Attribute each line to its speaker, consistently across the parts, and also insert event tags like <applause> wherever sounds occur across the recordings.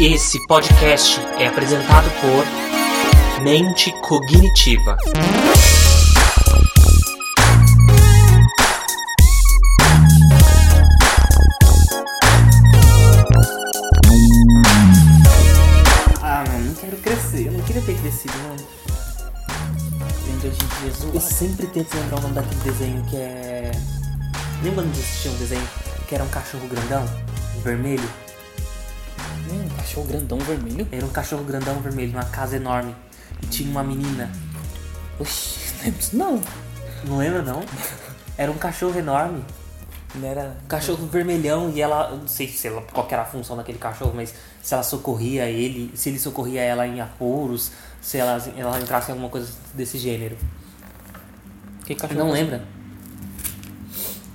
Speaker 1: Esse podcast é apresentado por Mente Cognitiva.
Speaker 2: Ah, mano, não quero crescer. Eu não queria ter crescido, mano. Gente, hoje em dia, zoado. eu sempre tento lembrar o nome daquele desenho que é. Lembra onde existia um desenho que era um cachorro grandão, vermelho?
Speaker 3: Hum, cachorro grandão vermelho?
Speaker 2: Era um cachorro grandão vermelho, numa casa enorme. E tinha uma menina.
Speaker 3: Oxi, não lembro disso não. é
Speaker 2: Não lembra, não? <laughs> Era um cachorro enorme.
Speaker 3: Não era.
Speaker 2: Um cachorro vermelhão e ela, eu não sei se ela, qual que era a função daquele cachorro, mas se ela socorria ele, se ele socorria ela em apuros, se ela, ela entrasse em alguma coisa desse gênero.
Speaker 3: Que cachorro?
Speaker 2: Não lembra?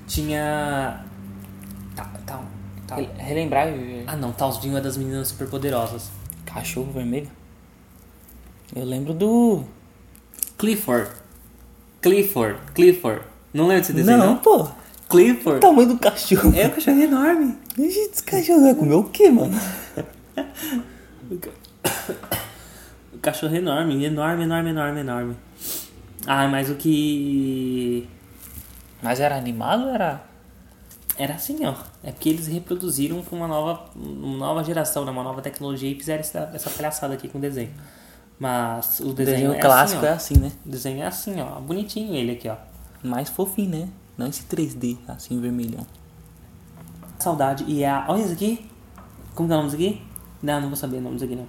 Speaker 2: Tinha. Tá, tá, tá.
Speaker 3: Rel- Relembrar. eu-
Speaker 2: Ah não, Talzinho é das meninas superpoderosas.
Speaker 3: Cachorro vermelho? Eu lembro do.
Speaker 2: Clifford. Clifford, Clifford. Não lembra desse desenho? Não, Então,
Speaker 3: pô.
Speaker 2: Clifford.
Speaker 3: tamanho do cachorro.
Speaker 2: É um cachorro enorme.
Speaker 3: Gente, esse cachorro vai comer o quê, mano?
Speaker 2: O cachorro é enorme, enorme, enorme, enorme, enorme. Ah, mas o que.
Speaker 3: Mas era animado ou era.
Speaker 2: Era assim, ó. É porque eles reproduziram com uma nova, uma nova geração, né? uma nova tecnologia e fizeram essa, essa palhaçada aqui com o desenho. Mas o desenho,
Speaker 3: Desenho
Speaker 2: é
Speaker 3: clássico é
Speaker 2: assim, ó.
Speaker 3: assim, né?
Speaker 2: O desenho é assim, ó. Bonitinho ele aqui, ó.
Speaker 3: Mais fofinho, né? Não esse 3D, assim, vermelhão.
Speaker 2: Saudade. E é a. Olha isso aqui. Como que é o nome disso aqui? Não, não vou saber o nome disso aqui, não.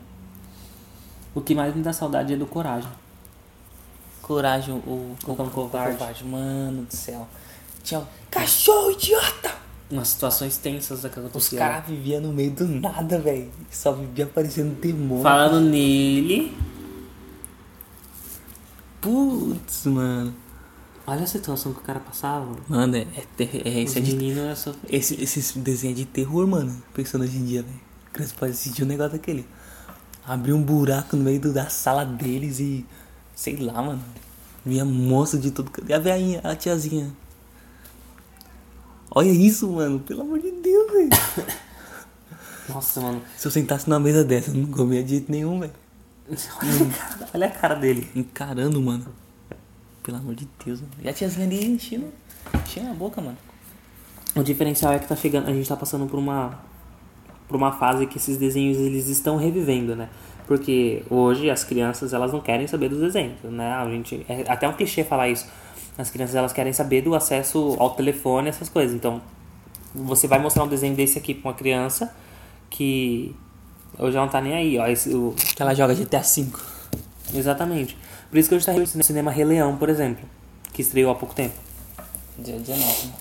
Speaker 2: O que mais me dá saudade é do Coragem.
Speaker 3: Coragem, o.
Speaker 2: Cocão covarde.
Speaker 3: Mano do céu. Tinha. Cachorro idiota!
Speaker 2: Umas situações tensas daquela
Speaker 3: Os
Speaker 2: aconteceram.
Speaker 3: caras viviam no meio do nada, velho. Só vivia parecendo demônio.
Speaker 2: Falando nele.
Speaker 3: Putz, mano.
Speaker 2: Olha a situação que o cara passava. mano.
Speaker 3: Mano, é, é, ter- é,
Speaker 2: Os
Speaker 3: esse, é de,
Speaker 2: meninos é só.
Speaker 3: esse, esse desenho é de terror, mano. Pensando hoje em dia, velho. Criança pode assistir um negócio daquele. Abrir um buraco no meio do- da sala deles e. Sei lá, mano. Via monstro de todo canto. E a veinha, a tiazinha. Olha isso, mano. Pelo amor de Deus, velho.
Speaker 2: Nossa, mano.
Speaker 3: Se eu sentasse numa mesa dessa, eu não comia de jeito nenhum, velho.
Speaker 2: Olha a cara- <laughs> Olha a cara dele.
Speaker 3: Encarando, mano. Pelo amor de Deus, mano. E a tiazinha ali enchendo, enchendo a boca, mano.
Speaker 2: O diferencial é que tá chegando, a gente tá passando por uma por uma fase que esses desenhos eles estão revivendo, né? Porque hoje as crianças elas não querem saber dos desenhos, né? A gente é até um clichê falar isso. As crianças elas querem saber do acesso ao telefone, essas coisas. Então, você vai mostrar um desenho desse aqui pra uma criança que hoje ela não tá nem aí, ó, esse, o,
Speaker 3: Que ela joga GTA V.
Speaker 2: exatamente. Por isso que hoje tá no cinema Rei Leão, por exemplo, que estreou há pouco tempo.
Speaker 3: Dia 19, mano.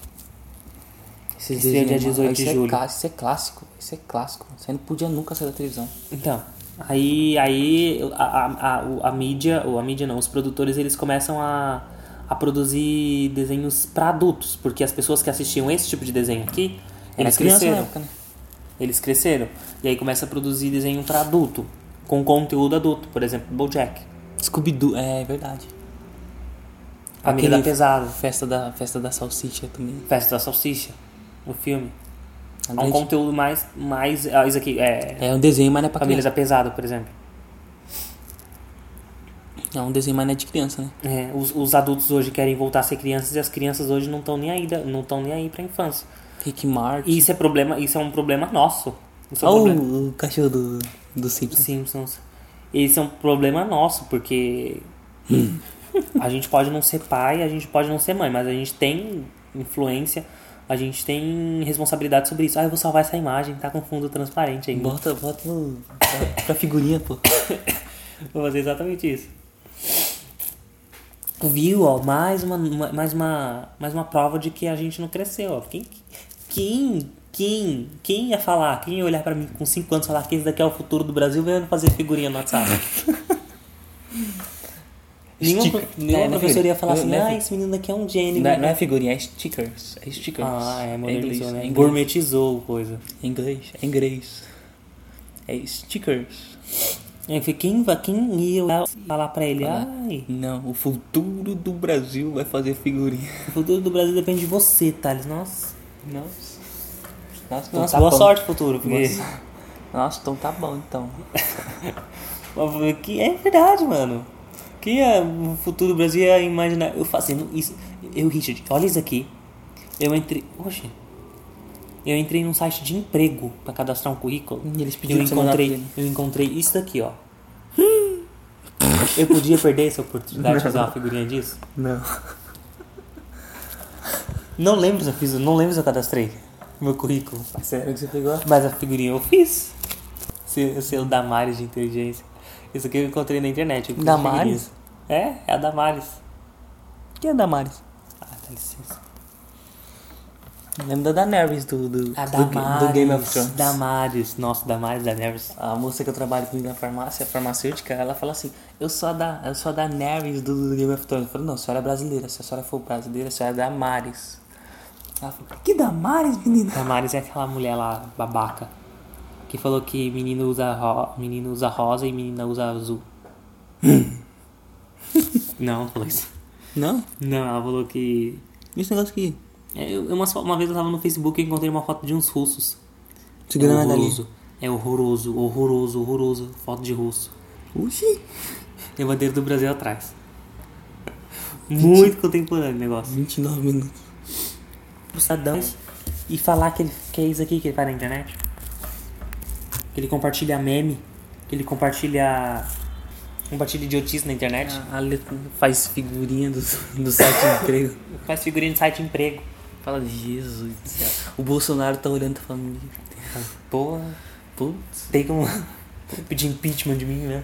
Speaker 2: Esse estreou dia 18 de
Speaker 3: isso É
Speaker 2: julho.
Speaker 3: clássico, isso é clássico, isso é clássico. Você não podia nunca sair da televisão.
Speaker 2: Então, aí, aí a, a, a, o- a mídia, ou a mídia não, os produtores eles começam a, a produzir desenhos pra adultos, porque as pessoas que assistiam esse tipo de desenho aqui,
Speaker 3: Era
Speaker 2: eles
Speaker 3: criança
Speaker 2: cresceram.
Speaker 3: na época, né?
Speaker 2: Eles cresceram. E aí começa a produzir desenho pra adulto, com conteúdo adulto, por exemplo, BoJack,
Speaker 3: Scooby-Doo, é verdade.
Speaker 2: Família da
Speaker 3: Aquele-
Speaker 2: Pesada,
Speaker 3: Festa da, festa da salsicha também.
Speaker 2: Festa da Salsicha, o filme.
Speaker 3: A
Speaker 2: É um
Speaker 3: grande-
Speaker 2: conteúdo mais, mais, ah, isso aqui, é,
Speaker 3: É um desenho, mas não é pra
Speaker 2: Família
Speaker 3: criança.
Speaker 2: da Pesada, por exemplo.
Speaker 3: É um desenho, mas não é de criança, né?
Speaker 2: É, os, os adultos hoje querem voltar a ser crianças e as crianças hoje não estão nem aí, da- não estão nem aí para infância.
Speaker 3: Rick Martin.
Speaker 2: E isso é problema, isso é um problema nosso. Isso é um
Speaker 3: Olha
Speaker 2: problema
Speaker 3: o, o cachorro do, do Simpsons.
Speaker 2: dos Simpsons. Isso é um problema nosso, porque a gente pode não ser pai, a gente pode não ser mãe, mas a gente tem influência, a gente tem responsabilidade sobre isso. Ah, eu vou salvar essa imagem, tá com fundo transparente ainda.
Speaker 3: Bota, bota no, pra, pra figurinha, pô.
Speaker 2: Vou fazer exatamente isso. Viu, ó, mais uma, uma- mais uma, mais uma prova de que a gente não cresceu, ó. Quem, quem, quem, quem ia falar, quem ia olhar pra mim com 5 anos e falar que esse daqui é o futuro do Brasil, vendo fazer figurinha no
Speaker 3: <laughs>
Speaker 2: WhatsApp? Nenhum,
Speaker 3: Estica.
Speaker 2: nenhuma
Speaker 3: É, né,
Speaker 2: professora ia
Speaker 3: filho?
Speaker 2: falar assim,
Speaker 3: Né,
Speaker 2: ah,
Speaker 3: filho?
Speaker 2: esse menino daqui é um gênio.
Speaker 3: Não, é- não é figurinha, é stickers. É stickers.
Speaker 2: Ah, é, modernizou,
Speaker 3: inglês,
Speaker 2: né?
Speaker 3: é inglês.
Speaker 2: Gourmetizou coisa.
Speaker 3: É inglês, é inglês. É stickers.
Speaker 2: Enfim, É, quem, vai- quem ia olhar- falar pra
Speaker 3: É.
Speaker 2: ele, ai,
Speaker 3: Não, o futuro do Brasil vai fazer figurinha.
Speaker 2: O futuro do Brasil depende de você, Thales. Nossa.
Speaker 3: Nossa. Nossa,
Speaker 2: Nossa,
Speaker 3: tá
Speaker 2: boa
Speaker 3: bom.
Speaker 2: sorte, futuro, porque.
Speaker 3: Nossa. Nossa, então tá bom, então.
Speaker 2: Que é verdade, mano. Que é, o futuro do Brasil ia imaginar. Eu fazendo isso. Eu, Richard, olha isso aqui. Eu entrei. Oxe. Eu entrei num site de emprego pra cadastrar um currículo.
Speaker 3: E eles
Speaker 2: eu
Speaker 3: pediram pra você mandar pra
Speaker 2: encontrei,
Speaker 3: ele.
Speaker 2: eu encontrei isso daqui, ó. Eu podia perder essa oportunidade de fazer uma figurinha disso?
Speaker 3: Não.
Speaker 2: Não lembro se eu fiz, não lembro se eu cadastrei meu currículo.
Speaker 3: Sério que você pegou?
Speaker 2: Mas a figurinha eu fiz. Seu, seu Damares de inteligência. Isso aqui eu encontrei na internet. eu fiz
Speaker 3: Damares?
Speaker 2: figurinhas. É, é a Damares.
Speaker 3: Quem é a Damares?
Speaker 2: Ah, dá licença.
Speaker 3: Eu Lembro da Daenerys do, do,
Speaker 2: A
Speaker 3: do, Ga-
Speaker 2: Damares.
Speaker 3: do Game of Thrones.
Speaker 2: Damares. Nossa, Damares, Damares.
Speaker 3: A moça que eu trabalho comigo na farmácia, farmacêutica, ela fala assim, eu sou a da, eu sou a Daenerys do, do Game of Thrones. Eu falo, não, a senhora é brasileira, se a senhora for brasileira, a senhora é Damares. Ela falou, que Damares, menina?
Speaker 2: Damares é aquela mulher lá, babaca. Que falou que menino usa, ro- menino usa rosa e menina usa azul. não, não falou isso.
Speaker 3: Não,
Speaker 2: Não, ela falou que
Speaker 3: esse negócio aqui,
Speaker 2: É, Eu, eu- uma, só- uma vez eu tava no Facebook e encontrei uma foto de uns russos.
Speaker 3: segurando
Speaker 2: é
Speaker 3: a galinha.
Speaker 2: horroroso. É horroroso, horroroso, horroroso. Foto de russo.
Speaker 3: Uxi.
Speaker 2: Tem a bandeira do Brasil atrás. Muito contemporâneo o negócio.
Speaker 3: 29 minutos.
Speaker 2: Pro Saddam e falar que ele que é isso aqui que ele faz na internet. Que ele compartilha meme. Que ele compartilha. Compartilha idiotice na internet.
Speaker 3: A Ale faz figurinha do, do site de emprego.
Speaker 2: Faz figurinha de site de emprego.
Speaker 3: Fala, Jesus do céu. O Bolsonaro tá olhando e falando, "Meu Deus,
Speaker 2: Porra.
Speaker 3: putz,
Speaker 2: Tem como pedir impeachment de mim, né?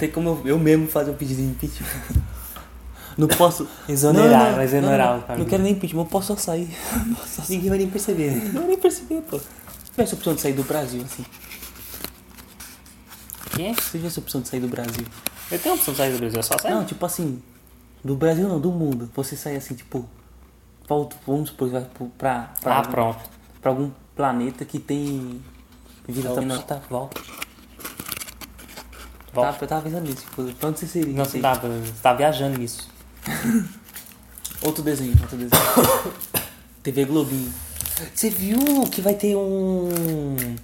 Speaker 3: tem como eu, eu mesmo fazer um pedido de impeachment? <laughs> Não posso...
Speaker 2: Exonerar,
Speaker 3: Não, não, não,
Speaker 2: vai exonerar
Speaker 3: não,
Speaker 2: o
Speaker 3: não,
Speaker 2: cara.
Speaker 3: Não quero nem impeachment, eu posso só sair. <laughs> Posso só sair.
Speaker 2: Ninguém vai nem perceber. né?
Speaker 3: Eu nem percebi, pô. Se tivesse a opção de sair do Brasil, assim.
Speaker 2: Quem é
Speaker 3: Se tivesse a opção de sair do Brasil.
Speaker 2: Eu tenho opção de sair do Brasil, é só sair.
Speaker 3: Não, tipo assim. Do Brasil não, do mundo. Você sair assim, tipo. pra outro- Vamos supor, vai pro- pra, pra,
Speaker 2: ah, pronto.
Speaker 3: pra algum planeta que tem. Vida também não. Tá,
Speaker 2: volta. Volta.
Speaker 3: tá, eu tava pensando nisso, tipo, pra onde você seria?
Speaker 2: Não, você tá, você tá viajando nisso.
Speaker 3: Outro desenho, outro desenho. <coughs> TV Globinho.
Speaker 2: Você viu que vai ter um.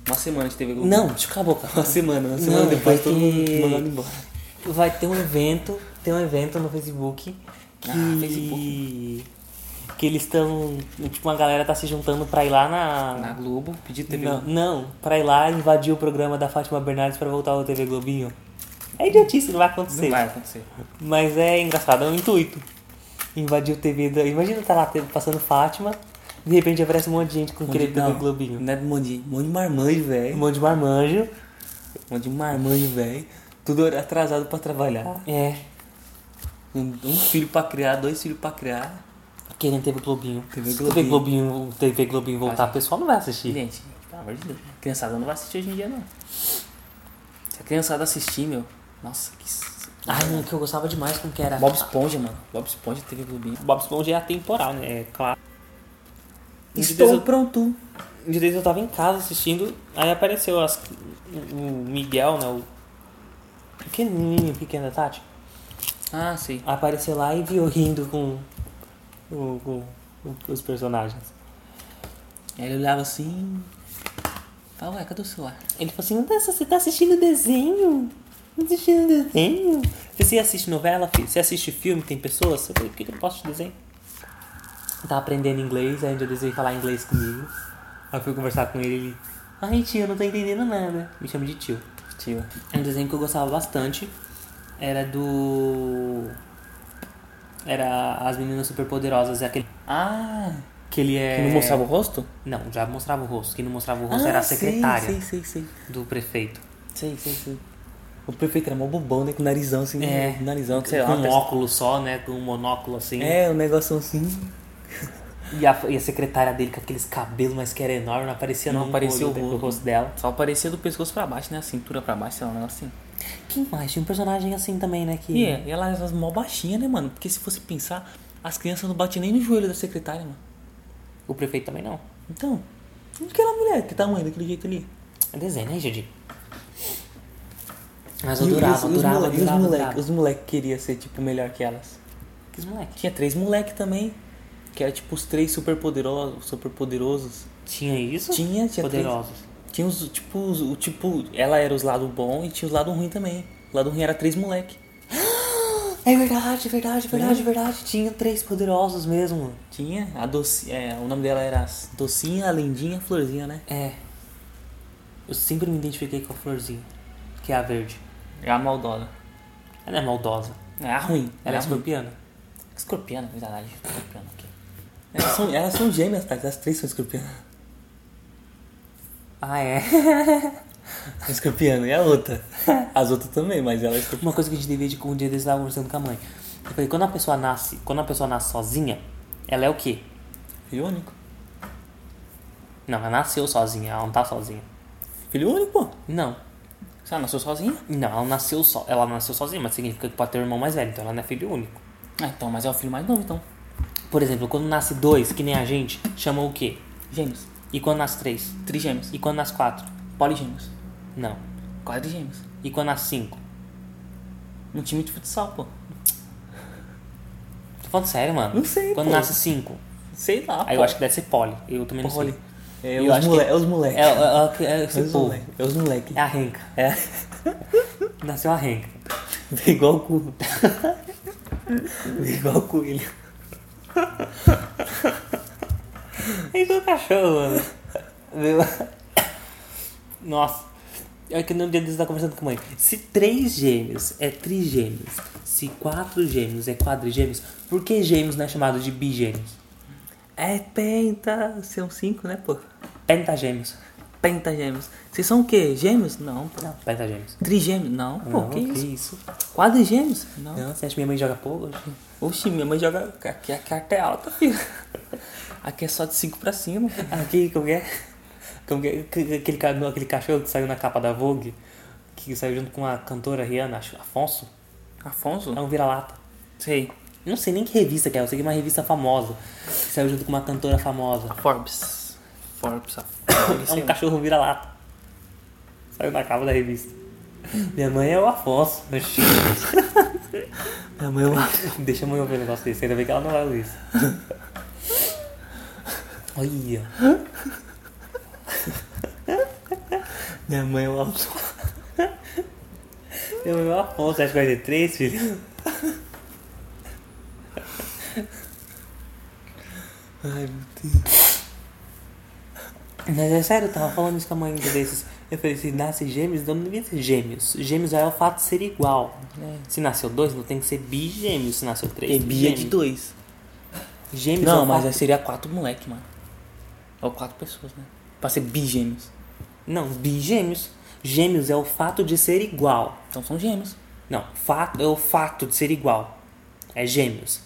Speaker 3: Uma semana de TV Globinho.
Speaker 2: Não, deixa eu calar a boca.
Speaker 3: Uma semana, uma semana
Speaker 2: Não,
Speaker 3: depois
Speaker 2: vai
Speaker 3: todo mundo
Speaker 2: ter-
Speaker 3: mandando embora.
Speaker 2: Vai ter um evento, tem um evento no Facebook que.
Speaker 3: Ah,
Speaker 2: Que eles estão. Tipo, uma galera tá se juntando pra ir lá na.
Speaker 3: Na Globo, pedir TV
Speaker 2: Não,
Speaker 3: Globinho.
Speaker 2: não, pra ir lá invadir o programa da Fátima Bernardes pra voltar ao TV Globinho. É idiotice, não vai acontecer.
Speaker 3: Não vai acontecer.
Speaker 2: Mas é engraçado, é um intuito. Invadiu TV da. Imagina tá lá te- passando Fátima, de repente aparece um monte de gente com
Speaker 3: Monte-
Speaker 2: querer TV
Speaker 3: não,
Speaker 2: Globinho.
Speaker 3: Não é de monte de monte de marmanjo,
Speaker 2: Um
Speaker 3: velho.
Speaker 2: monte de marmanjo.
Speaker 3: Um monte de marmanjo, velho. Tudo hora- atrasado pra trabalhar.
Speaker 2: É,
Speaker 3: Um, um filho pra criar, dois filhos pra criar.
Speaker 2: querendo TV Globinho.
Speaker 3: TV
Speaker 2: Se TV Globinho, TV Globinho voltar, o pessoal não vai assistir.
Speaker 3: Gente, pelo amor de Deus. Criançada não vai assistir hoje em dia, não. Se a criançada assistir, meu. Nossa, que. s-
Speaker 2: Ai, não, que eu gostava demais como que era.
Speaker 3: Bob Esponja, mano. Bob Esponja TV Globinho.
Speaker 2: Bob Esponja é atemporal, né? É claro. Um dia
Speaker 3: Estou
Speaker 2: desse eu-
Speaker 3: pronto.
Speaker 2: Um dia desse eu tava em casa assistindo, aí apareceu as- o Miguel, né? O pequenininho, pequeno da Tati.
Speaker 3: Ah, sei.
Speaker 2: apareceu lá e viu rindo com, com- com- com os personagens.
Speaker 3: Aí ele olhava assim. Fala, ué, cadê o celular?
Speaker 2: Ele falou assim, nossa, você tá assistindo desenho? Tá assistindo desenho? Você assiste novela, filho? Você assiste filme, tem pessoas? Eu falei, por que que eu não posso assistir desenho? Eu tava aprendendo inglês, aí um dia eu decidi falar inglês comigo. Aí eu fui conversar com ele e ele, ai tio, eu não tô entendendo nada. Me chama de tio.
Speaker 3: Tio.
Speaker 2: Um desenho que eu gostava bastante era do... Era As Meninas Superpoderosas, é aquele...
Speaker 3: Ah!
Speaker 2: Que ele é...
Speaker 3: Que não mostrava o rosto?
Speaker 2: Não, já mostrava o rosto. Quem não mostrava o rosto
Speaker 3: Ah,
Speaker 2: era a
Speaker 3: sei,
Speaker 2: secretária
Speaker 3: Sei, sei, sei.
Speaker 2: do prefeito.
Speaker 3: Sei, sei, sei. O prefeito era mó bobão, né? Com o narizão assim.
Speaker 2: É.
Speaker 3: o Narizão, sei
Speaker 2: com um
Speaker 3: lá. uma pessoa-
Speaker 2: óculos só, né? Com um monóculo assim.
Speaker 3: É, um negócio assim.
Speaker 2: E, a, e a secretária dele com aqueles cabelos, mas que era enorme, não aparecia
Speaker 3: Não
Speaker 2: não
Speaker 3: aparecia
Speaker 2: apareceu
Speaker 3: o
Speaker 2: o
Speaker 3: rosto.
Speaker 2: rosto dela.
Speaker 3: Só aparecia do pescoço pra baixo, né? A cintura pra baixo, sei lá, um negócio assim.
Speaker 2: Quem mais? Tinha um personagem assim também, né? Que...
Speaker 3: E, é, e ela- elas mó baixinhas, né, mano? Porque se fosse pensar, as crianças não batiam nem no joelho da secretária, mano.
Speaker 2: O prefeito também não.
Speaker 3: Então, e aquela mulher, que tamanho daquele jeito ali?
Speaker 2: É desenho, né, Jardim? Mas
Speaker 3: E
Speaker 2: eu
Speaker 3: os-
Speaker 2: durava,
Speaker 3: os
Speaker 2: durava,
Speaker 3: moleque-
Speaker 2: durava,
Speaker 3: os moleque,
Speaker 2: durava.
Speaker 3: Os moleque queria ser, tipo, melhor que elas.
Speaker 2: Que os moleque?
Speaker 3: Tinha três moleque também. Que era tipo os três super poderosos. Super poderosos.
Speaker 2: Tinha isso?
Speaker 3: Tinha, tinha três-
Speaker 2: Poderosos.
Speaker 3: Tinha os, tipo, os- o tipo, ela era os lados bom e tinha os lados ruim também. O lado ruim era três moleque.
Speaker 2: É verdade, verdade, verdade, verdade. Tinha três poderosos mesmo.
Speaker 3: Tinha a doce, é, o nome dela era Docinha, a Lendinha, a Florzinha, né?
Speaker 2: É. Eu sempre me identifiquei com a florzinha, que é a verde.
Speaker 3: É a maldosa.
Speaker 2: Ela é maldosa.
Speaker 3: É a ruim.
Speaker 2: Ela é
Speaker 3: a ruim.
Speaker 2: escorpiana.
Speaker 3: Escorpiana, verdade. Escorpiana aqui. Elas são, elas são gêmeas, tá? As três são <laughs> escorpiana.
Speaker 2: Ah, é.
Speaker 3: Escorpiana e a <laughs> outra. As outras também, mas ela é escorpiana.
Speaker 2: Uma coisa que a gente devia de um dia desse eu tava conversando com a mãe. Eu falei, quando a pessoa nasce, quando a pessoa nasce sozinha, ela é o quê?
Speaker 3: Filho único.
Speaker 2: Não, ela nasceu sozinha, ela não tá sozinha.
Speaker 3: Filho único, pô.
Speaker 2: Não.
Speaker 3: Você nasceu sozinha?
Speaker 2: Não, ela nasceu só. Ela nasceu sozinha, mas significa que pode ter um irmão mais velho, então ela não é filho único.
Speaker 3: Ah, então, mas é o filho mais novo, então.
Speaker 2: Por exemplo, quando nasce dois, que nem a gente, chama o quê?
Speaker 3: Gêmeos.
Speaker 2: E quando nasce três?
Speaker 3: Trigêmeos.
Speaker 2: E quando nasce quatro?
Speaker 3: Poligêmeos.
Speaker 2: Não.
Speaker 3: Quadrigêmeos.
Speaker 2: E quando nasce cinco?
Speaker 3: Um time de futsal, pô.
Speaker 2: Tô falando sério, mano.
Speaker 3: Não sei,
Speaker 2: Quando
Speaker 3: pô.
Speaker 2: nasce cinco.
Speaker 3: Sei lá,
Speaker 2: Aí eu acho que deve ser poli. Eu também não
Speaker 3: Poli.
Speaker 2: sei.
Speaker 3: É,
Speaker 2: Eu
Speaker 3: os
Speaker 2: acho que-
Speaker 3: mole... é os moleque.
Speaker 2: É, é, é, é, esse
Speaker 3: É os
Speaker 2: povo.
Speaker 3: moleque. É os moleque.
Speaker 2: É a renca.
Speaker 3: <laughs> É.
Speaker 2: Nasceu a renca.
Speaker 3: Igual o cu. Igual o coelho.
Speaker 2: É igual cachorro, mano. Viu? Nossa. É que no dia desse eu tava conversando com a mãe. Se três gêmeos é trigêmeos, se quatro gêmeos é quadrigêmeos, por que gêmeos não é chamado de bigêmeos?
Speaker 3: É penta. São cinco, né, pô?
Speaker 2: Pentagêmeos.
Speaker 3: Pentagêmeos. Vocês são o quê? Gêmeos? Não, pô.
Speaker 2: Não, pentagêmeos.
Speaker 3: Trigêmeos? Não, pô.
Speaker 2: Não,
Speaker 3: que isso?
Speaker 2: isso?
Speaker 3: Quadrigêmeos? Não.
Speaker 2: Não, você acha que minha mãe joga pouco?
Speaker 3: Oxi, minha mãe joga. Aqui a carta é alta, filho. Aqui é só de cinco pra cima.
Speaker 2: <laughs> Aqui, como que é? Como que é? Que- que- Aquele, ca- não, aquele cachorro que saiu na capa da Vogue, que saiu junto com a cantora Rihanna, acho, Afonso,
Speaker 3: Afonso?
Speaker 2: é um vira-lata.
Speaker 3: Sei.
Speaker 2: Não sei nem que revista que é, eu sei que é uma revista famosa. Que saiu junto com uma cantora famosa.
Speaker 3: Forbes. um Forbes.
Speaker 2: É um cachorro vira-lata. Saiu na capa da revista. Minha mãe é o Afonso. Oxi.
Speaker 3: <laughs> Minha mãe é uma
Speaker 2: Deixa a mãe ouvir um negócio desse, ainda bem que ela não vai ouvir isso. Olha.
Speaker 3: Minha mãe é uma
Speaker 2: Minha mãe é o Afonso, acho que vai ter três, filho.
Speaker 3: Ai, meu Deus.
Speaker 2: Mas é sério, eu tava falando isso com a mãe um dia desses. Eu falei, se nasce gêmeos, então não devia ser gêmeos. Gêmeos é o fato de ser igual. Se nasceu dois, não tem que ser bigêmeos. Se nasceu três,
Speaker 3: É bia de
Speaker 2: trigêmeos.
Speaker 3: dois.
Speaker 2: Gêmeos é
Speaker 3: Não,
Speaker 2: o
Speaker 3: mas
Speaker 2: fato-
Speaker 3: aí seria quatro moleque, mano. Ou quatro pessoas, né? Pra ser bigêmeos.
Speaker 2: Não, bigêmeos. Gêmeos é o fato de ser igual.
Speaker 3: Então são gêmeos.
Speaker 2: Não, fato é o fato de ser igual. É gêmeos.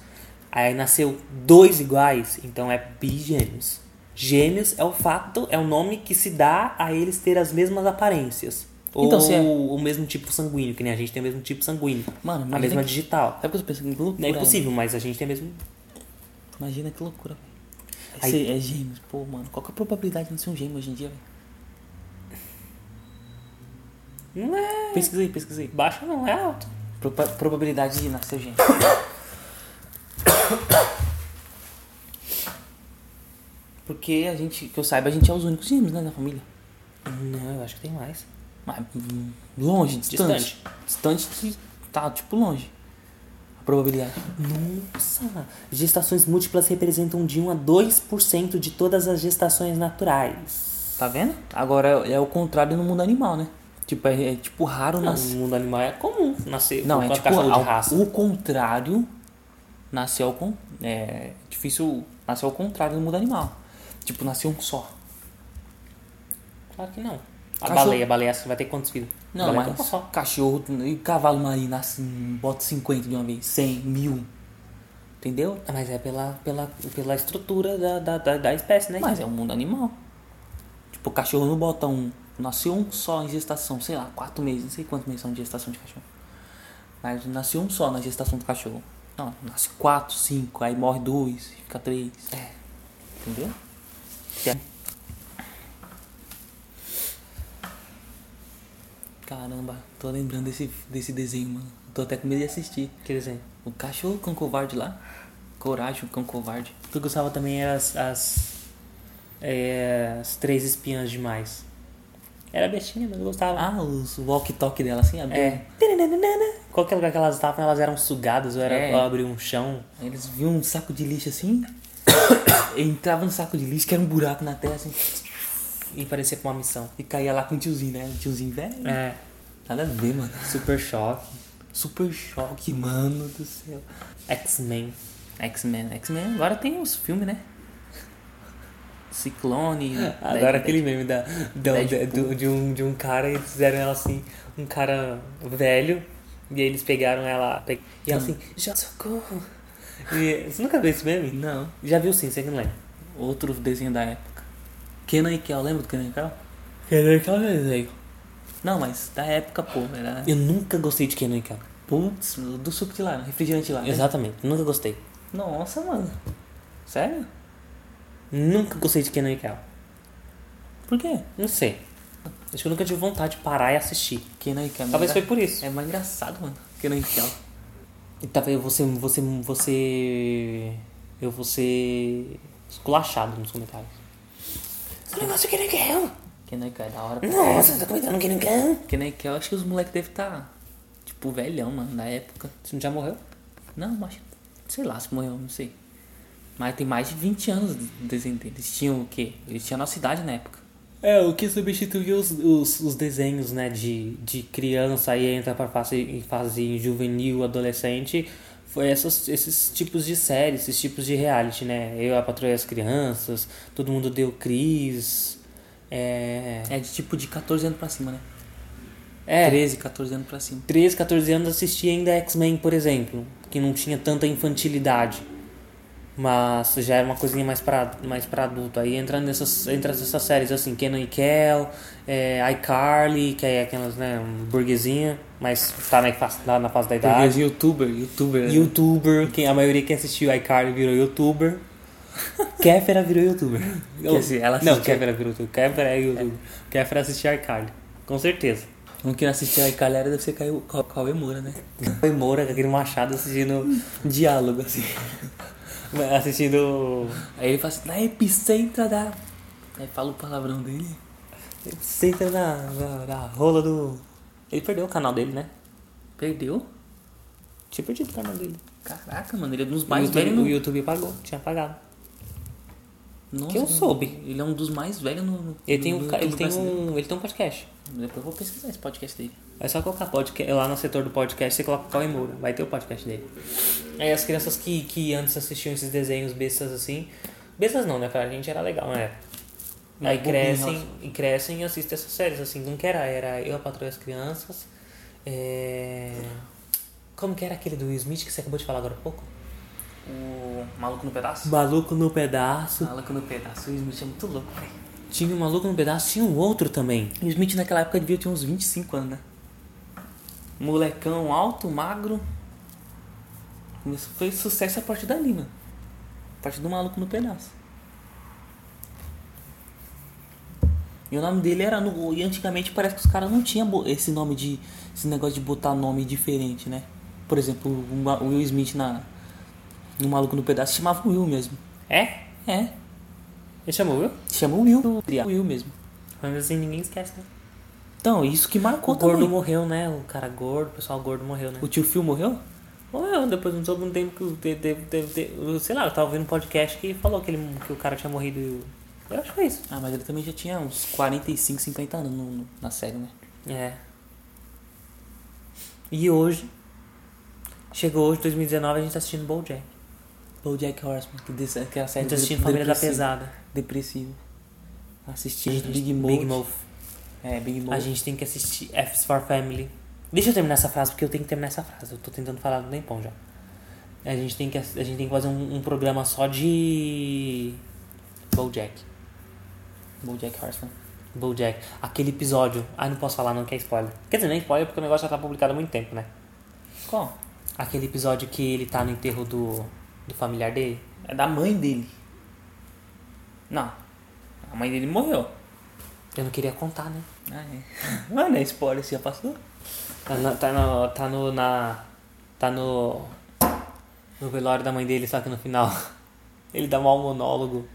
Speaker 2: Aí nasceu dois iguais, então é bigêmeos. Gêmeos é o fato, é o nome que se dá a eles ter as mesmas aparências.
Speaker 3: Então,
Speaker 2: ou
Speaker 3: se é-
Speaker 2: o mesmo tipo sanguíneo, que nem a gente tem o mesmo tipo sanguíneo.
Speaker 3: Mano,
Speaker 2: a
Speaker 3: mas
Speaker 2: mesma
Speaker 3: é que-
Speaker 2: digital.
Speaker 3: Sabe o que eu tô pensando? Que loucura.
Speaker 2: É impossível, mas a gente tem o mesmo.
Speaker 3: velho. Imagina que loucura, velho.
Speaker 2: Aí-
Speaker 3: Esse É gêmeos. Pô, mano, qual que é a probabilidade de não ser um gêmeo hoje em dia, velho?
Speaker 2: Não é.
Speaker 3: Pesquisei, pesquisei.
Speaker 2: Baixa não, é alto.
Speaker 3: Propa- probabilidade de nascer gêmeo. Porque a gente, que eu saiba, a gente é os únicos gêmeos, né, da família.
Speaker 2: Não, eu acho que tem mais.
Speaker 3: Mas hum, longe, distante. Distante que tá, tipo, longe. A probabilidade.
Speaker 2: Nossa! Gestações múltiplas representam de 1 a 2% de todas as gestações naturais.
Speaker 3: Tá vendo? Agora é o contrário no mundo animal, né? Tipo, é, é, tipo raro
Speaker 2: Não,
Speaker 3: nascer.
Speaker 2: no mundo animal é comum nascer
Speaker 3: Não,
Speaker 2: com
Speaker 3: é
Speaker 2: a
Speaker 3: tipo
Speaker 2: cachorro
Speaker 3: ao-
Speaker 2: de raça.
Speaker 3: o contrário nascer ao con... É difícil nascer ao contrário no mundo animal. Tipo, nascer um só.
Speaker 2: Claro que não. A
Speaker 3: Cachorro-
Speaker 2: baleia, a baleia vai então. ter quantos filhos?
Speaker 3: Não,
Speaker 2: baleia tem
Speaker 3: mas
Speaker 2: uma só.
Speaker 3: cachorro e cavalo marinho nasce, bota 50 de uma vez, 100, mil. Entendeu?
Speaker 2: Ah, Mas é pela, pela, pela estrutura da, da, da, da espécie, né?
Speaker 3: Mas é o mundo animal. Tipo, cachorro não bota um. Nasceu um só em gestação, sei lá, quatro meses, não sei quantos meses são de gestação de cachorro. Mas nasceu um só na gestação do cachorro. Não, nasce quatro, cinco, aí morre dois, fica três. É. Entendeu?
Speaker 2: é,
Speaker 3: Caramba, tô lembrando desse, desse desenho, mano. Tô até com medo de assistir.
Speaker 2: Que desenho?
Speaker 3: O cachorro com o covarde lá. Coragem, o cão covarde.
Speaker 2: O que eu gostava também era as. As, é, as três espinhas demais. Era bestinha, mas eu gostava.
Speaker 3: Ah, os walk-talk dela, assim, abriu.
Speaker 2: É. Qualquer lugar que elas estavam, elas eram sugadas, ou era
Speaker 3: É.
Speaker 2: ou abrir um chão.
Speaker 3: Aí Eles viam um saco de lixo assim, <coughs> entrava no saco de lixo, que era um buraco na terra, assim,
Speaker 2: E parecia com uma missão.
Speaker 3: e caía lá com o tiozinho, né? O tiozinho velho.
Speaker 2: É.
Speaker 3: Nada a ver, mano.
Speaker 2: Super Choque,
Speaker 3: Super choque, mano do céu.
Speaker 2: X-Men.
Speaker 3: X-Men, X-Men, agora tem os filmes, né? Ciclone.
Speaker 2: Agora
Speaker 3: Dead-
Speaker 2: aquele meme da, da-
Speaker 3: Deadpool.
Speaker 2: do- de, um, de um cara, eles fizeram ela assim, um cara velho, e aí eles pegaram ela pe- e ela assim, já socorro. E, você nunca viu esse meme?
Speaker 3: Não,
Speaker 2: Já viu sim, você que não lembra.
Speaker 3: outro desenho da época. Kenan e Kel, lembra do Kenan e Kel?
Speaker 2: é
Speaker 3: Não, mas da época, pô, era...
Speaker 2: Eu nunca gostei de Kenan e Kel.
Speaker 3: Putz, do suco de lá, refrigerante
Speaker 2: Ah, é?
Speaker 3: lá. né?
Speaker 2: Exatamente, nunca gostei.
Speaker 3: Nossa, mano. Sério?
Speaker 2: Nunca gostei de Kenan e Kel.
Speaker 3: Por quê?
Speaker 2: Não sei. Acho que eu nunca tive vontade de parar e assistir.
Speaker 3: Kenan e Kel.
Speaker 2: Talvez foi por isso.
Speaker 3: É mais engraçado, mano. Kenan e Kel.
Speaker 2: E talvez você, você, você, eu vou ser esculachado nos comentários. Esse negócio que não quer.
Speaker 3: Kenan e Kel é da hora.
Speaker 2: Nossa, tá comentando que não quer.
Speaker 3: Kenan e Kel, acho que os moleques devem estar, tá, tipo, velhão, mano, da época.
Speaker 2: Você não já morreu?
Speaker 3: Não, mas sei lá se morreu, não sei. Mas tem mais de 20 anos do desenho dele. Eles tinham o quê? Eles tinham a nossa idade na época.
Speaker 2: É, o que substituiu os, os, os desenhos, né, de, de criança e entra pra fase, em fase juvenil, adolescente, foi essas, esses tipos de séries, esses tipos de reality, né? Eu, a Patroa e as Crianças, Todo Mundo Deu Cris, é...
Speaker 3: É de tipo de 14 anos pra cima, né?
Speaker 2: É,
Speaker 3: 13, 14 anos pra cima.
Speaker 2: 13, 14 anos assistia ainda X-Men, por exemplo, que não tinha tanta infantilidade. Mas já era uma coisinha mais pra, mais pra adulto. Aí entra nessas, entra nessas séries assim, Kenan e Kel, é, iCarly, que é aquelas, né, um burguesinha, mas tá na fase, tá na fase da idade.
Speaker 3: youtuber, youtuber. né?
Speaker 2: Youtuber, que a maioria que assistiu iCarly virou youtuber. <laughs> Kéfera virou youtuber.
Speaker 3: Quer dizer, ela
Speaker 2: Não,
Speaker 3: assistia-
Speaker 2: Kéfera virou youtuber. Kéfera é youtuber. Kéfera assistia iCarly, com certeza.
Speaker 3: Um que não assistia a galera deve ser Caio- Ca- Cauê Moura, né?
Speaker 2: Foi Moura com aquele machado assistindo
Speaker 3: Diálogo, assim.
Speaker 2: <laughs> assistindo
Speaker 3: Aí ele fala assim, na epicentra da. Aí fala o palavrão dele.
Speaker 2: senta na, na, na rola do ele perdeu o canal dele né
Speaker 3: Perdeu?
Speaker 2: tinha perdido o canal dele
Speaker 3: Caraca, mano, ele é um dos
Speaker 2: o
Speaker 3: mais
Speaker 2: YouTube,
Speaker 3: velhos no.
Speaker 2: o YouTube pagou tinha pagado
Speaker 3: Nossa,
Speaker 2: que eu
Speaker 3: mano,
Speaker 2: soube.
Speaker 3: Ele é um dos mais velhos no. no-
Speaker 2: ele tem
Speaker 3: no
Speaker 2: um, ca-
Speaker 3: YouTube
Speaker 2: ele tem
Speaker 3: brasileiro.
Speaker 2: um ele tem um podcast
Speaker 3: Depois eu vou pesquisar esse podcast dele.
Speaker 2: é só colocar podcast lá no setor do podcast você coloca Cauê Moura vai ter o podcast dele aí as crianças que que antes assistiam esses desenhos bestas assim bestas não né pra gente era legal né Aí
Speaker 3: Bobinho,
Speaker 2: crescem, e crescem e assistem essas séries, assim, não que era, era Eu, a Patroa e as Crianças, é... como que era aquele do Will Smith que você acabou de falar agora há pouco?
Speaker 3: O Maluco no Pedaço?
Speaker 2: Maluco no Pedaço.
Speaker 3: Maluco no Pedaço. O Smith é muito louco, velho.
Speaker 2: Tinha um Maluco no Pedaço, tinha um outro também.
Speaker 3: O Smith naquela época devia ter uns 25 anos, né? Molecão alto, magro. Isso foi sucesso a partir dali, mano. A partir do Maluco no Pedaço. E o nome dele era. No... E antigamente parece que os caras não tinham bo- esse nome de. Esse negócio de botar nome diferente, né? Por exemplo, o Ma- o Will Smith na. No Maluco no Pedaço chamava Will mesmo.
Speaker 2: É?
Speaker 3: É,
Speaker 2: Ele chamou, viu?
Speaker 3: Chama o Will. O Will mesmo.
Speaker 2: Mas assim ninguém esquece, né?
Speaker 3: Então, isso que marcou
Speaker 2: o gordo
Speaker 3: também.
Speaker 2: morreu, né? O cara gordo, o pessoal gordo morreu, né?
Speaker 3: O tio Phil morreu?
Speaker 2: Morreu, depois não soube um tempo que o- de- de- de- de- eu sei lá, eu tava ouvindo um podcast que falou que, ele, que o cara tinha morrido e o- Eu acho que foi isso.
Speaker 3: Ah, mas ele também já tinha uns 45, 50 anos no- no- na série, né?
Speaker 2: É. E hoje, chegou hoje, 2019, a gente tá assistindo BoJack.
Speaker 3: O Jack Horseman, que, desse, que é a
Speaker 2: A
Speaker 3: série
Speaker 2: gente tá assistindo
Speaker 3: dep-
Speaker 2: Família da
Speaker 3: depressiva.
Speaker 2: Pesada.
Speaker 3: Depressiva. Assistindo
Speaker 2: Gente,
Speaker 3: Big Mouth.
Speaker 2: Big Mouth.
Speaker 3: É, Big Mouth.
Speaker 2: A gente tem que assistir F's for Family. Deixa eu terminar essa frase, porque eu tenho que terminar essa frase. Eu tô tentando falar do tempão já. A gente tem que, ass- a gente tem que fazer um, um programa só de. Bojack.
Speaker 3: O Jack Horseman.
Speaker 2: Bojack. Aquele episódio. Ah, não posso falar, não, que é spoiler. Quer dizer, não é spoiler porque o negócio já tá publicado há muito tempo, né?
Speaker 3: Qual?
Speaker 2: Aquele episódio que ele tá no enterro do, do familiar dele.
Speaker 3: É da mãe dele. Não. A mãe dele morreu.
Speaker 2: Eu não queria contar, né?
Speaker 3: Ah, é. <laughs> Mano, é spoiler, você já passou?
Speaker 2: Tá, na, tá, no, tá no. na. Tá no. no velório da mãe dele, só que no final <laughs> ele dá mal monólogo.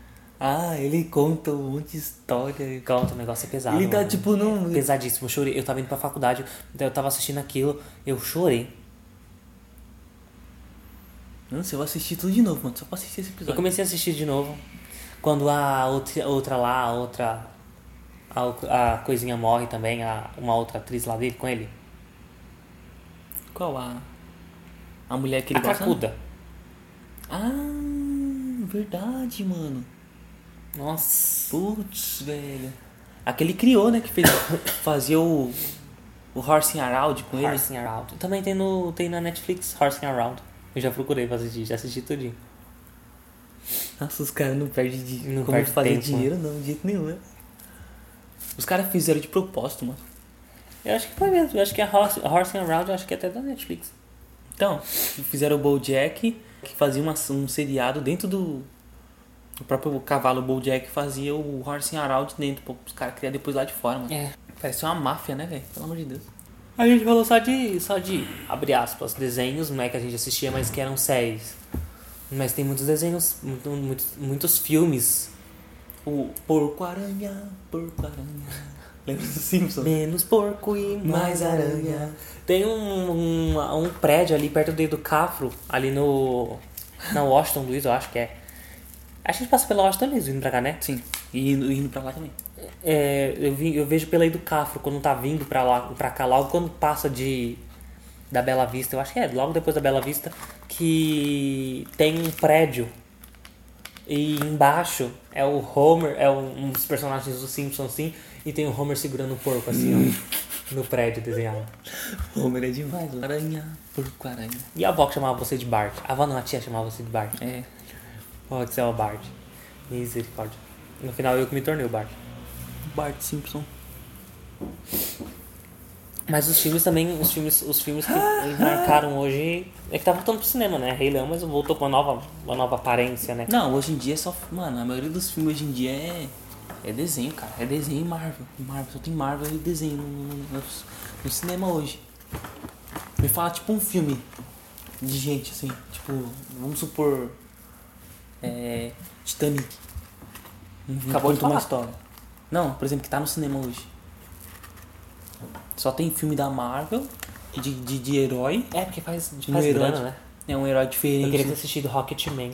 Speaker 3: Ah, ele conta um monte de história.
Speaker 2: Conta, o negócio é pesado.
Speaker 3: Ele tá
Speaker 2: mano.
Speaker 3: tipo, não.
Speaker 2: Pesadíssimo, eu chorei. Eu tava indo pra faculdade, eu tava assistindo aquilo, eu chorei.
Speaker 3: Não sei, eu vou assistir tudo de novo, mano. Só pra assistir esse
Speaker 2: Eu
Speaker 3: episódio.
Speaker 2: comecei a assistir de novo. Quando a outra, outra lá, a outra. A, o- a coisinha morre também, a, uma outra atriz lá dele com ele.
Speaker 3: Qual a. A mulher que
Speaker 2: a
Speaker 3: ele gosta? né?
Speaker 2: Cacuda.
Speaker 3: Ah, verdade, mano.
Speaker 2: Nossa.
Speaker 3: Putz, velho. Aquele criou, né?
Speaker 2: <coughs>
Speaker 3: Que fez fazer o. O Horse and Herald com ele.
Speaker 2: Horsing Around. Também tem, no, tem na Netflix, Horsing Around. Eu já procurei pra assistir, já assisti tudinho.
Speaker 3: Nossa, os caras não perdem de
Speaker 2: Não
Speaker 3: como
Speaker 2: perde
Speaker 3: fazer
Speaker 2: tempo, né?
Speaker 3: dinheiro, não, de jeito nenhum, né? Os caras fizeram de propósito, mano.
Speaker 2: Eu acho que foi mesmo, eu acho que a Horse, a Horsing Around, eu acho que é até da Netflix.
Speaker 3: Então, fizeram o Bojack, que fazia uma- um seriado dentro do. O próprio cavalo Bojack fazia o Horse and Herald dentro, pô. Os caras criaram depois lá de fora, mano.
Speaker 2: É.
Speaker 3: Parece uma máfia, né, velho? Pelo amor de Deus.
Speaker 2: A gente falou só de, só de, abre aspas, desenhos, não é que a gente assistia, mas que eram séries. Mas tem muitos desenhos, muito- muitos, muitos filmes.
Speaker 3: O Porco Aranha, Porco Aranha. Lembra dos Simpsons?
Speaker 2: Menos porco e mais
Speaker 3: Mais
Speaker 2: aranha.
Speaker 3: aranha.
Speaker 2: Tem um, um, um prédio ali perto do Cafro, ali no. Na Washington Luiz, eu acho que é. A gente passa pela Washington Luiz vindo pra cá, né?
Speaker 3: Sim. E indo, indo pra lá também.
Speaker 2: É, eu, vi- eu vejo pela Educafro quando tá vindo pra, lá, pra cá, logo quando passa de da Bela Vista, eu acho que é logo depois da Bela Vista, que tem um prédio e embaixo é o Homer, é um, um dos personagens do Simpsons, sim, e tem o Homer segurando um porco assim, ó, no prédio desenhado.
Speaker 3: Homer é demais, mano. Aranha, Porco Aranha.
Speaker 2: E a avó que chamava você de Bart. A avó não, a tia chamava você de Bart.
Speaker 3: É.
Speaker 2: Oh, que você é o Bart. Misericórdia. No final eu que me tornei o Bart.
Speaker 3: Bart Simpson.
Speaker 2: Mas os filmes também, os filmes, os filmes que marcaram hoje. É que tá voltando pro cinema, né? Rei Leão, mas voltou com uma nova, uma nova aparência, né?
Speaker 3: Não, hoje em dia é só. Mano, a maioria dos filmes hoje em dia é. É desenho, cara. É desenho e Marvel. Marvel, só tem Marvel e desenho no, no- no- no cinema hoje. Me fala tipo um filme de gente, assim. Tipo, vamos supor. É. Titanic. Um filme
Speaker 2: Acabou
Speaker 3: que
Speaker 2: de
Speaker 3: conta uma
Speaker 2: falar.
Speaker 3: história. Não, por exemplo, que tá no cinema hoje. Só tem filme da Marvel, de, de, de herói.
Speaker 2: É, porque faz, faz
Speaker 3: Um herói
Speaker 2: grana,
Speaker 3: de-
Speaker 2: né?
Speaker 3: É um herói
Speaker 2: Eu
Speaker 3: diferente.
Speaker 2: queria ter assistido Rocketman.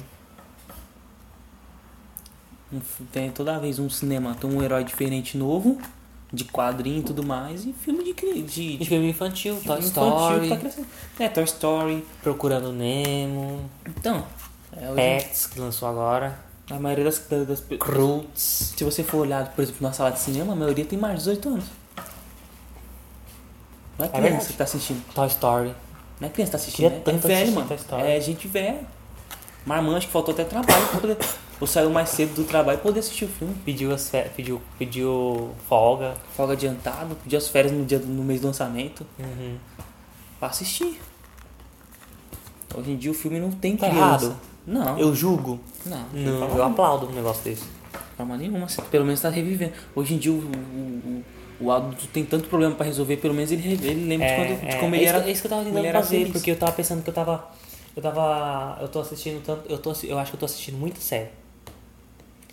Speaker 3: Um fi- Tem toda vez um cinema, tem um herói diferente novo, de quadrinho e tudo mais, e filme de cri- de,
Speaker 2: E tipo,
Speaker 3: de
Speaker 2: filme infantil, Toy
Speaker 3: infantil
Speaker 2: Story,
Speaker 3: que tá crescendo. É, Toy Story.
Speaker 2: Procurando Nemo,
Speaker 3: Então, é, hoje-
Speaker 2: Pets, que lançou agora,
Speaker 3: a maioria das, das, das pe-
Speaker 2: Roots.
Speaker 3: Se você for olhar, por exemplo, na sala de cinema, a maioria tem mais de 18 anos. Não é criança
Speaker 2: verdade.
Speaker 3: que tá assistindo.
Speaker 2: Toy Story.
Speaker 3: Não é criança que tá assistindo.
Speaker 2: Queria
Speaker 3: é- É
Speaker 2: tanto
Speaker 3: velho,
Speaker 2: assistir
Speaker 3: mano.
Speaker 2: Toy Story.
Speaker 3: É gente velha. Marmanjo que faltou até trabalho pra poder. Ou saiu mais cedo do trabalho pra poder assistir o filme.
Speaker 2: Pediu, as fe- pediu, pediu folga.
Speaker 3: Folga adiantado, pediu as férias no, dia, no mês do lançamento.
Speaker 2: Uhum.
Speaker 3: pra assistir. Hoje em dia o filme não tem
Speaker 2: Tá
Speaker 3: criança.
Speaker 2: errado.
Speaker 3: Não.
Speaker 2: Eu julgo.
Speaker 3: Não, não.
Speaker 2: Não, eu aplaudo um negócio desse.
Speaker 3: de forma nenhuma. você Pelo menos tá revivendo. Hoje em dia o, o, o, o adulto tem tanto problema pra resolver, pelo menos ele, re- ele lembra de, quando, de como ele
Speaker 2: isso,
Speaker 3: era.
Speaker 2: é isso que eu tava
Speaker 3: como
Speaker 2: tentando
Speaker 3: ele era
Speaker 2: fazer,
Speaker 3: feliz.
Speaker 2: porque eu tava pensando que eu tava. Eu tava. Eu tô assistindo tanto. Eu, tô, assi- eu acho que eu tô assistindo muita série.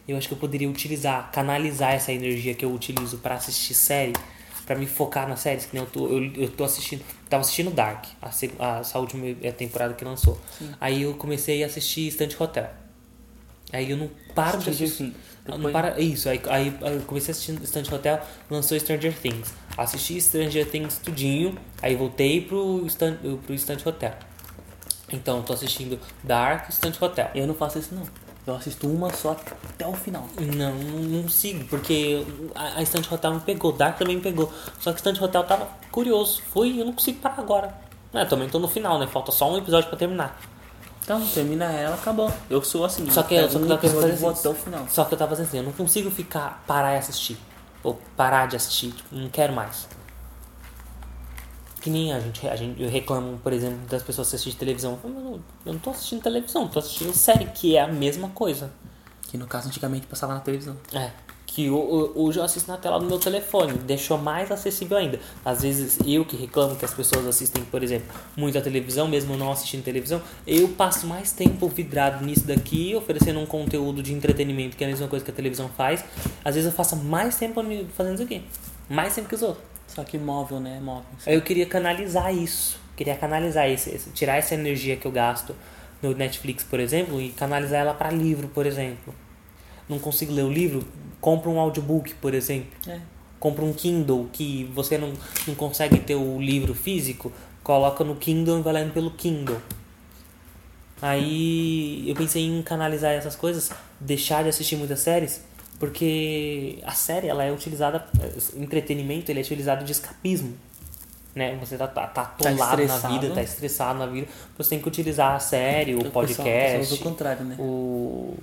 Speaker 2: Eu acho que eu poderia utilizar, canalizar essa energia que eu utilizo pra assistir série, pra me focar nas séries, que nem eu tô, eu, eu tô assistindo. Eu tava assistindo Dark, a, se- a, essa última eh, temporada que lançou. Aí eu comecei a assistir Stand Hotel. Aí eu assim, não paro de
Speaker 3: Stranger
Speaker 2: assistir.
Speaker 3: Things.
Speaker 2: Não
Speaker 3: Depois-
Speaker 2: para, é isso, aí, aí, aí eu comecei assistindo Stand Hotel, lançou Stranger Things. Assisti Stranger Things tudinho, aí voltei pro Stand, pro Stand Hotel. Então, tô assistindo Dark Stand Hotel.
Speaker 3: Eu não faço isso não. Eu assisto uma só até o final.
Speaker 2: Não, não não sigo, porque a, a Estante Hotel me pegou, Dark também me pegou. Só que Estante Hotel tava curioso, fui eu não consigo parar agora. É, também tô no final, né? Falta só um episódio pra terminar.
Speaker 3: Então, termina ela, acabou. Eu sou assim.
Speaker 2: Só que,
Speaker 3: eu
Speaker 2: só que,
Speaker 3: um
Speaker 2: eu tava
Speaker 3: episódio
Speaker 2: fazendo
Speaker 3: eu vou
Speaker 2: assim,
Speaker 3: até o final.
Speaker 2: Só que eu tava fazendo assim, eu não consigo ficar, parar e assistir. Ou parar de assistir, tipo, não quero mais. Que nem a gente, a gente eu reclamo, por exemplo, das pessoas que assistem televisão. Eu falo, "Mano, eu não tô assistindo televisão, tô assistindo série, que é a mesma coisa.
Speaker 3: Que no caso antigamente passava na televisão.
Speaker 2: É. que ho- ho- hoje eu assisto na tela do meu telefone, deixou mais acessível ainda. Às vezes eu que reclamo que as pessoas assistem, por exemplo, muita televisão, mesmo não assistindo televisão, eu passo mais tempo vidrado nisso daqui, oferecendo um conteúdo de entretenimento, que é a mesma coisa que a televisão faz. Às vezes eu faço mais tempo ni- fazendo isso aqui, mais tempo que os outros.
Speaker 3: Só que móvel, né? Móvel.
Speaker 2: Aí Eu queria canalizar isso, queria canalizar isso, esse- tirar essa energia que eu gasto no Netflix, por exemplo, e canalizar ela para livro, por exemplo. Não consigo ler o livro? Compra um audiobook, por exemplo.
Speaker 3: É.
Speaker 2: Compra um Kindle que você não, não consegue ter o livro físico, coloca no Kindle e vai lendo pelo Kindle. Aí eu pensei em canalizar essas coisas, deixar de assistir muitas séries, porque a série ela é utilizada, entretenimento ele é utilizado de escapismo. Né? Você tá, tá, tá atolado na
Speaker 3: estressado.
Speaker 2: vida, tá estressado na vida, você tem que utilizar a série, o
Speaker 3: O pessoal- o pessoal usa
Speaker 2: podcast,
Speaker 3: o contrário, né?
Speaker 2: o,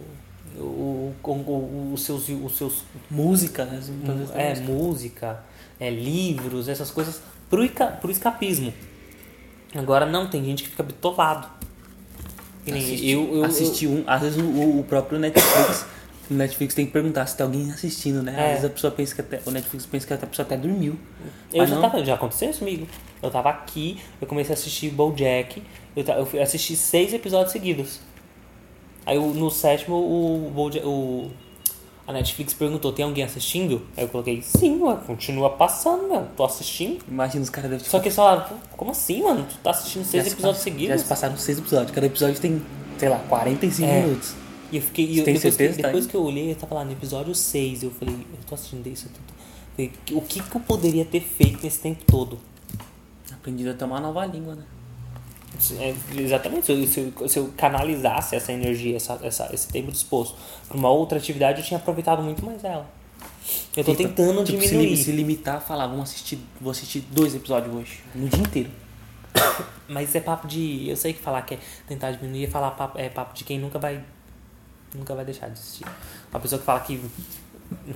Speaker 2: o, o, o- os seus, os seus
Speaker 3: Música, né? Muitas vezes
Speaker 2: é,
Speaker 3: música.
Speaker 2: música, é, livros, essas coisas, pro, ica, pro escapismo. Agora não, tem gente que fica bitolado. Que nem
Speaker 3: Assisti-
Speaker 2: eu, eu,
Speaker 3: assisti é um. Às vezes o, o próprio Netflix. <coughs> O Netflix tem que perguntar se tem alguém assistindo, né? Às
Speaker 2: É.
Speaker 3: vezes a pessoa pensa que até. O Netflix pensa que até a pessoa até dormiu.
Speaker 2: Eu, eu
Speaker 3: Mas
Speaker 2: já
Speaker 3: não.
Speaker 2: tava, já aconteceu isso comigo. Eu tava aqui, eu comecei a assistir BoJack, eu, ta- eu fui- assisti seis episódios seguidos. Aí o- no sétimo o, Bojack, o a Netflix perguntou, tem alguém assistindo? Aí eu coloquei, sim, ué, continua passando, meu, tô assistindo.
Speaker 3: Imagina os caras devem
Speaker 2: Só que eles falaram, "Pô, como assim, mano? Tu tá assistindo seis episódios
Speaker 3: Já
Speaker 2: seguidos?
Speaker 3: se passaram seis episódios. Cada episódio tem, sei lá, 45
Speaker 2: É.
Speaker 3: minutos.
Speaker 2: E eu fiquei. e eu-
Speaker 3: Tem
Speaker 2: depois,
Speaker 3: certeza,
Speaker 2: que,
Speaker 3: tá?
Speaker 2: depois que eu olhei, eu tava lá no episódio 6. Eu falei, eu tô assistindo isso tudo. Falei, "Que- o que, que eu poderia ter feito nesse tempo todo?
Speaker 3: Aprendi até uma nova língua, né?
Speaker 2: Se- é, exatamente, se eu, se eu- se eu canalizasse essa energia, essa, essa- esse tempo disposto pra uma outra atividade, eu tinha aproveitado muito mais ela. Eu tô
Speaker 3: Tipo,
Speaker 2: tentando
Speaker 3: tipo, se
Speaker 2: diminuir.
Speaker 3: li- Se, limitar a falar, vamos assistir, vou assistir dois episódios hoje. No dia inteiro.
Speaker 2: Mas é papo de. Eu sei que falar que é tentar diminuir é falar papo, é papo de quem nunca vai. Nunca vai deixar de assistir. Uma pessoa que fala que.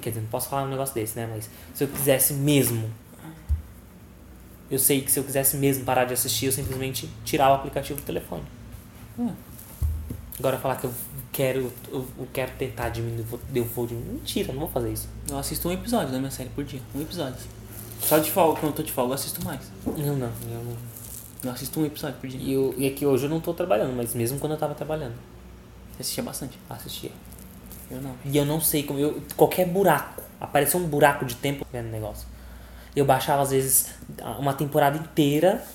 Speaker 2: Quer dizer, não posso falar um negócio desse, né? Mas se eu quisesse mesmo. Eu sei que se eu quisesse mesmo parar de assistir, eu simplesmente tirava o aplicativo do telefone. Hum. Agora falar que eu quero. Eu, eu quero tentar diminuir, eu vou- eu vou diminuir. Mentira, eu não vou fazer isso.
Speaker 3: Eu assisto um episódio da minha série por dia. Um episódio. Só de folga, quando eu tô de folga, eu assisto mais.
Speaker 2: Não, não, eu não.
Speaker 3: Eu assisto um episódio por dia.
Speaker 2: E, eu, e é que hoje eu não tô trabalhando, mas mesmo quando eu tava trabalhando,
Speaker 3: Eu assistia bastante.
Speaker 2: assistia.
Speaker 3: Eu não.
Speaker 2: E eu não sei como. Eu, qualquer buraco. Apareceu um buraco de tempo vendo o negócio. Eu baixava, às vezes, uma temporada inteira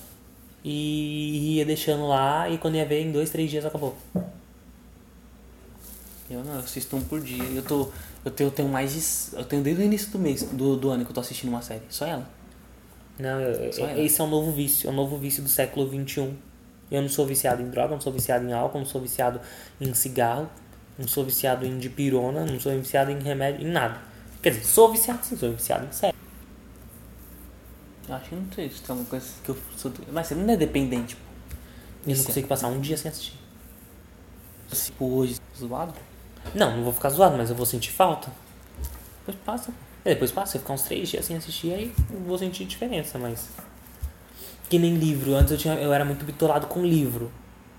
Speaker 2: e ia deixando lá. E quando ia ver, em dois, três dias acabou.
Speaker 3: Eu não, eu assisto um por dia. Eu tô. Eu tenho, eu tenho mais de. Eu tenho desde o início do mês, do, do ano que eu tô assistindo uma série. Só ela.
Speaker 2: Não, eu- eu-
Speaker 3: Só era.
Speaker 2: esse é um novo vício. É um novo vício do século XXI. Eu não sou viciado em droga, não sou viciado em álcool, não sou viciado em cigarro, não sou viciado em dipirona, não sou viciado em remédio, em nada. Quer dizer, sou viciado sim, sou viciado em sério.
Speaker 3: Eu acho que não sei se tem alguma coisa que eu sou. Mas você não é dependente, pô.
Speaker 2: Eu não
Speaker 3: Isso é.
Speaker 2: consigo passar um dia sem assistir.
Speaker 3: Tipo, hoje, zoado?
Speaker 2: Não, não vou ficar zoado, mas eu vou sentir falta.
Speaker 3: Depois passa. pô.
Speaker 2: É, depois passa, você ficar uns três dias sem assistir, aí eu vou sentir diferença, mas. Que nem livro. Antes eu, tinha, eu era muito bitolado com livro.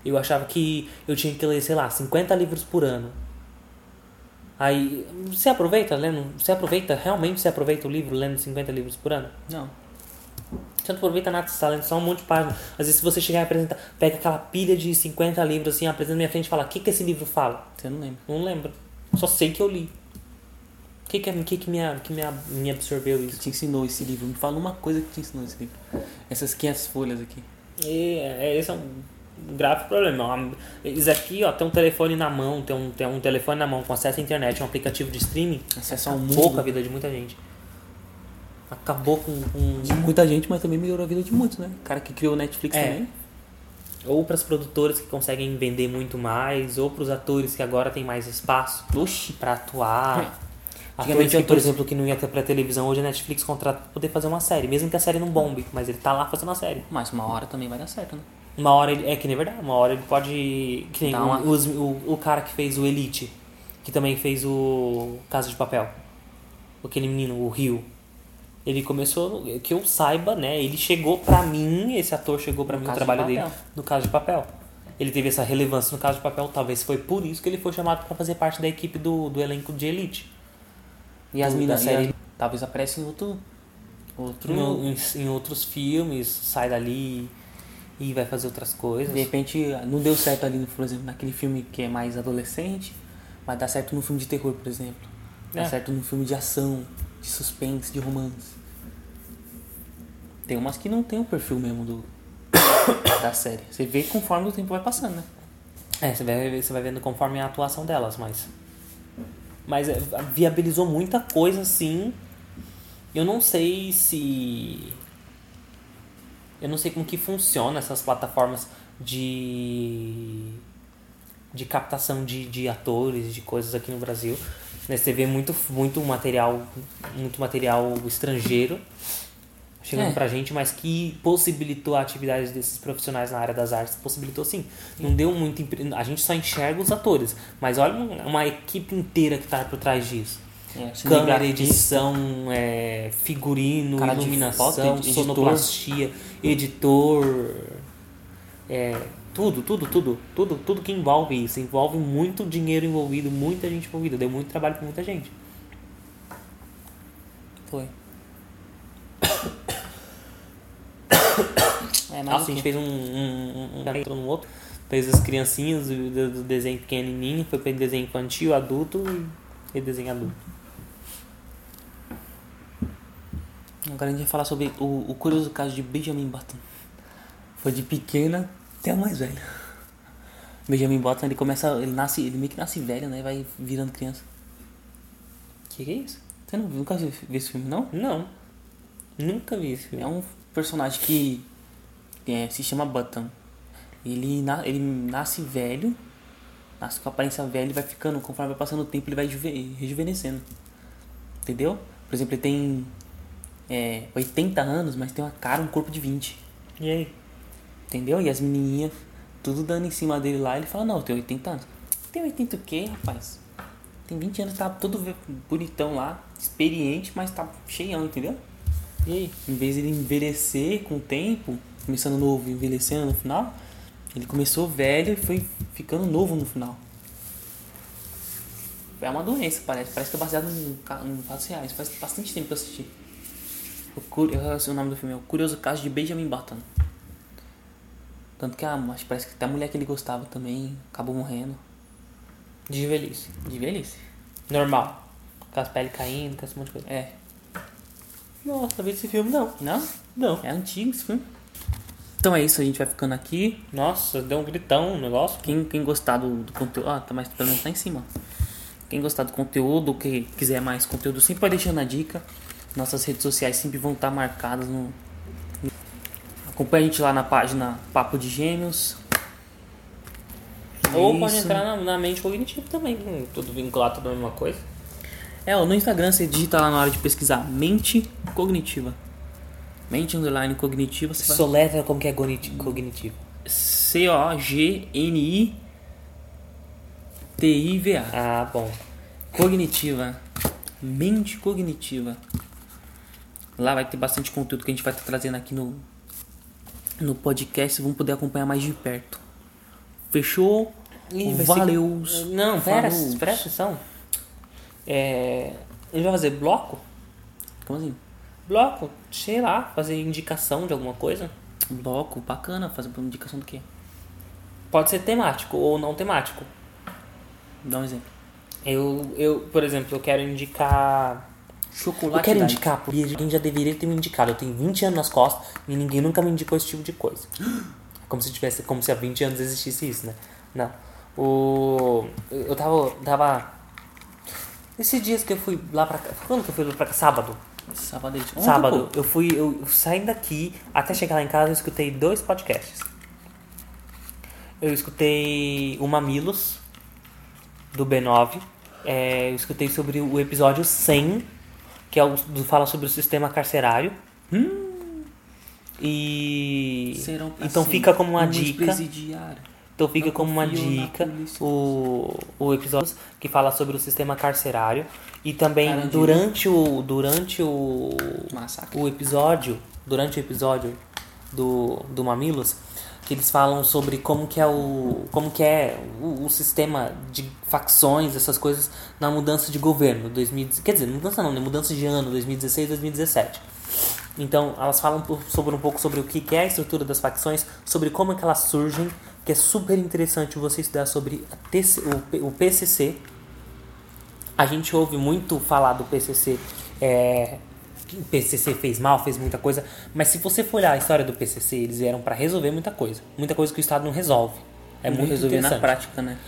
Speaker 2: Eu achava que eu tinha que ler, sei lá, 50 livros por ano. Aí, você aproveita lendo? Você aproveita, realmente você aproveita o livro lendo 50 livros por ano?
Speaker 3: Não.
Speaker 2: Você não aproveita nada, você tá lendo só um monte de páginas. Às vezes, se você chegar e apresentar, pega aquela pilha de 50 livros assim, apresenta na minha frente e fala: O que, que esse livro fala?
Speaker 3: Você não lembra.
Speaker 2: Não lembro. Só sei que eu li. O que, que, é- que, que, me, a- que me, a- me absorveu
Speaker 3: que
Speaker 2: isso?
Speaker 3: te ensinou esse livro? Me fala uma coisa que te ensinou esse livro. Essas 500 folhas aqui.
Speaker 2: E, é, esse é um grave problema. Uma- Isso aqui, ó, tem um telefone na mão, tem um, tem um telefone na mão com acesso à internet, um aplicativo de streaming.
Speaker 3: Acesso ao é um mundo. né?
Speaker 2: Acabou com a vida de muita gente. Acabou com. com-
Speaker 3: De muita gente, mas também melhorou a vida de muitos, né? O cara que criou o Netflix
Speaker 2: É.
Speaker 3: também.
Speaker 2: Ou para as produtoras que conseguem vender muito mais, ou para os atores que agora têm mais espaço
Speaker 3: Oxi.
Speaker 2: para atuar. Atores
Speaker 3: É. Antigamente,
Speaker 2: que, por
Speaker 3: atores-
Speaker 2: exemplo, que não ia ter pra televisão, hoje a Netflix contrata pra poder fazer uma série, mesmo que a série não bombe, mas ele tá lá fazendo a série.
Speaker 3: Mas uma hora também vai dar certo, né?
Speaker 2: Uma hora ele. É que nem verdade, uma hora ele pode. Que nem
Speaker 3: Dá
Speaker 2: o-
Speaker 3: uma-
Speaker 2: os- o, o cara que fez o Elite, que também fez o Casa de Papel. Aquele menino, o Rio. Ele começou, no- que eu saiba, né? Ele chegou pra mim, esse ator chegou pra mim no
Speaker 3: Casa de
Speaker 2: trabalho
Speaker 3: Papel.
Speaker 2: dele no Casa de Papel. Ele teve essa relevância no Casa de Papel, talvez foi por isso que ele foi chamado pra fazer parte da equipe do, do elenco de Elite. E as
Speaker 3: da
Speaker 2: minas e
Speaker 3: série.
Speaker 2: a- talvez apareça em outro. outro
Speaker 3: Em o-
Speaker 2: em, um- em outros filmes, sai dali e vai fazer outras coisas.
Speaker 3: De repente, não deu certo ali, por exemplo, naquele filme que é mais adolescente, mas dá certo no filme de terror, por exemplo. Dá
Speaker 2: É.
Speaker 3: certo no filme de ação, de suspense, de romance. Tem umas que não tem o perfil mesmo do <coughs> da série. Você vê conforme o tempo vai passando, né?
Speaker 2: É, você vai, você vai vendo conforme a atuação delas, mas. Mas é, viabilizou muita coisa, sim. Eu não sei se. Eu não sei como que funciona essas plataformas de. de captação de, de atores, de coisas aqui no Brasil. Né, Você vê muito, muito material. Muito material estrangeiro chegando
Speaker 3: É.
Speaker 2: pra gente, mas que possibilitou a atividade desses profissionais na área das artes, possibilitou sim. Não deu muito. impre- A gente só enxerga os atores, mas olha um- uma equipe inteira que tá por trás disso.
Speaker 3: É,
Speaker 2: Câmera,
Speaker 3: cinegrafista.
Speaker 2: edição, é, figurino,
Speaker 3: Cara de
Speaker 2: iluminação,
Speaker 3: foto, edi- editor.
Speaker 2: sonoplastia, editor, é, tudo, tudo, tudo, tudo, tudo que envolve isso. Envolve muito dinheiro envolvido, muita gente envolvida, deu muito trabalho pra muita gente.
Speaker 3: Foi. <coughs> É, mas
Speaker 2: Nossa, a
Speaker 3: o
Speaker 2: gente
Speaker 3: quê?
Speaker 2: fez um, um, um, um entrou no outro, fez as criancinhas do, do- do desenho pequenininho, foi pra desenho infantil, adulto e, e desenho adulto.
Speaker 3: Agora a gente vai falar sobre o, o curioso caso de Benjamin Button. Foi de pequena até a mais velha. Benjamin Button, ele começa, ele nasce, ele meio que nasce velho, né? Vai virando criança.
Speaker 2: Que que é isso?
Speaker 3: Você não, nunca viu viu esse filme, não?
Speaker 2: Não. Nunca vi esse filme.
Speaker 3: É um personagem que é, se chama Button. Ele, na- ele nasce velho, nasce com aparência velha e vai ficando, conforme vai passando o tempo, ele vai juve- rejuvenescendo. Entendeu? Por exemplo, ele tem é, 80 anos, mas tem uma cara, um corpo de 20.
Speaker 2: E aí?
Speaker 3: Entendeu? E as menininhas, tudo dando em cima dele lá, ele fala, não, eu tenho 80 anos. Tem 80 o quê, rapaz? Tem 20 anos, tá todo ve- bonitão lá, experiente, mas tá cheião, entendeu?
Speaker 2: E aí?
Speaker 3: Em vez de ele envelhecer com o tempo, começando novo e envelhecendo no final, ele começou velho e foi ficando novo no final. É uma doença, parece. Parece que é baseado em, ca- em fatos reais. Faz bastante tempo que eu assisti. O, cur... eu sei o nome do filme é O Curioso Caso de Benjamin Button. Tanto que a, acho que parece que até a mulher que ele gostava também acabou morrendo
Speaker 2: De velhice.
Speaker 3: de velhice.
Speaker 2: Normal. Com as peles caindo, com esse monte de coisa.
Speaker 3: É.
Speaker 2: Nossa, vi esse filme não.
Speaker 3: Não?
Speaker 2: Não.
Speaker 3: É antigo esse filme. Então é isso, a gente vai ficando aqui.
Speaker 2: Nossa, deu um gritão no negócio.
Speaker 3: Quem, quem gostar do, do conteúdo. Ah, tá, mas pelo menos tá em cima. Quem gostar do conteúdo, que quiser mais conteúdo, sempre vai deixando a dica. Nossas redes sociais sempre vão estar marcadas no. Acompanha a gente lá na página Papo de Gêmeos. É
Speaker 2: Ou
Speaker 3: Isso.
Speaker 2: pode entrar na, na mente cognitiva também, com tudo vinculado, tudo a mesma coisa.
Speaker 3: É, ó, no Instagram você digita lá na hora de pesquisar mente cognitiva. Mente underline cognitiva, você vai.
Speaker 2: Soletra como que é goni- cognitivo.
Speaker 3: C-O-G-N-I-T-I-V-A.
Speaker 2: Ah, bom.
Speaker 3: cognitiva, mente cognitiva. Lá vai ter bastante conteúdo que a gente vai estar trazendo aqui no no podcast, vocês vão poder acompanhar mais de perto. Fechou?
Speaker 2: Ih, vai ser-
Speaker 3: Valeu.
Speaker 2: Não, pera,
Speaker 3: Falou.
Speaker 2: presta atenção. É, a gente vai fazer bloco?
Speaker 3: Como assim?
Speaker 2: Bloco, sei lá, fazer indicação de alguma coisa.
Speaker 3: Bloco, bacana, fazer uma indicação do quê?
Speaker 2: Pode ser temático ou não temático.
Speaker 3: Dá um exemplo.
Speaker 2: Eu, eu por exemplo, eu quero indicar.
Speaker 3: Chocolate.
Speaker 2: Eu quero
Speaker 3: Diet.
Speaker 2: indicar, porque alguém já deveria ter me indicado. Eu tenho 20 anos nas costas e ninguém nunca me indicou esse tipo de coisa. Como se tivesse, como se há 20 anos existisse isso, né? Não. O. Eu tava. tava... Esses dias que eu fui lá pra. cá- Quando que eu fui lá pra cá? Sábado.
Speaker 3: Sábado. é Ontem,
Speaker 2: Sábado,
Speaker 3: pô.
Speaker 2: eu fui, eu eu saindo daqui, até chegar lá em casa, eu escutei dois podcasts. Eu escutei o Mamilos, do B9. É, eu escutei sobre o episódio 100, que é o do, fala sobre o sistema carcerário. Hum. E.
Speaker 3: Serão pra
Speaker 2: Então
Speaker 3: sempre
Speaker 2: fica como uma
Speaker 3: um
Speaker 2: dica.
Speaker 3: ex-presidiário.
Speaker 2: Então fica
Speaker 3: Não
Speaker 2: como uma
Speaker 3: confio na
Speaker 2: dica
Speaker 3: polícia.
Speaker 2: o, o episódio que fala sobre o sistema carcerário. E também
Speaker 3: Cara, eu digo.
Speaker 2: durante o. Durante o.
Speaker 3: Massacre.
Speaker 2: O episódio. Durante o episódio do, do Mamilos, que eles falam sobre como que é o como que é o, o sistema de facções, essas coisas na mudança de governo, 2016, quer dizer, mudança não, né? mudança de ano, 2016, 2017. Então, elas falam po- sobre um pouco sobre o que que é a estrutura das facções, sobre como é que elas surgem, que é super interessante você estudar sobre a TC, o, P- o PCC. A gente ouve muito falar do PCC, é, que o PCC fez mal, fez muita coisa, mas se você for olhar a história do PCC, eles vieram para resolver muita coisa, muita coisa que o Estado não resolve. É muito,
Speaker 3: resolver
Speaker 2: interessante.
Speaker 3: na prática, né?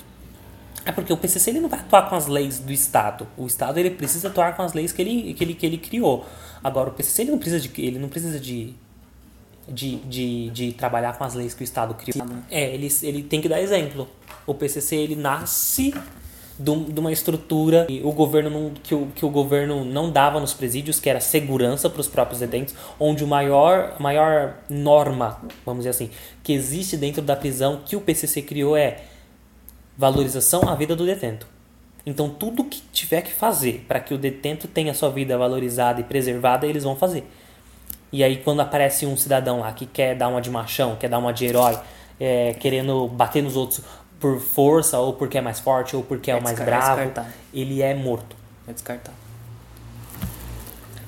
Speaker 2: É porque o PCC ele não vai atuar com as leis do Estado. O Estado ele precisa atuar com as leis que ele, que ele, que ele criou. Agora o PCC ele não precisa de ele não precisa de de, de, de trabalhar com as leis que o Estado criou. É, ele, ele tem que dar exemplo. O PCC ele nasce de um- de uma estrutura que o governo não, que, o, que o governo não dava nos presídios, que era segurança para os próprios detentos, onde o maior, a maior norma, vamos dizer assim, que existe dentro da prisão que o PCC criou é valorização à vida do detento. Então, tudo que tiver que fazer para que o detento tenha sua vida valorizada e preservada, eles vão fazer. E aí, quando aparece um cidadão lá que quer dar uma de machão, quer dar uma de herói, é, querendo bater nos outros por força, ou porque é mais forte, ou porque é, o mais
Speaker 3: descar- é
Speaker 2: bravo,
Speaker 3: descartado.
Speaker 2: ele é morto.
Speaker 3: É descartar.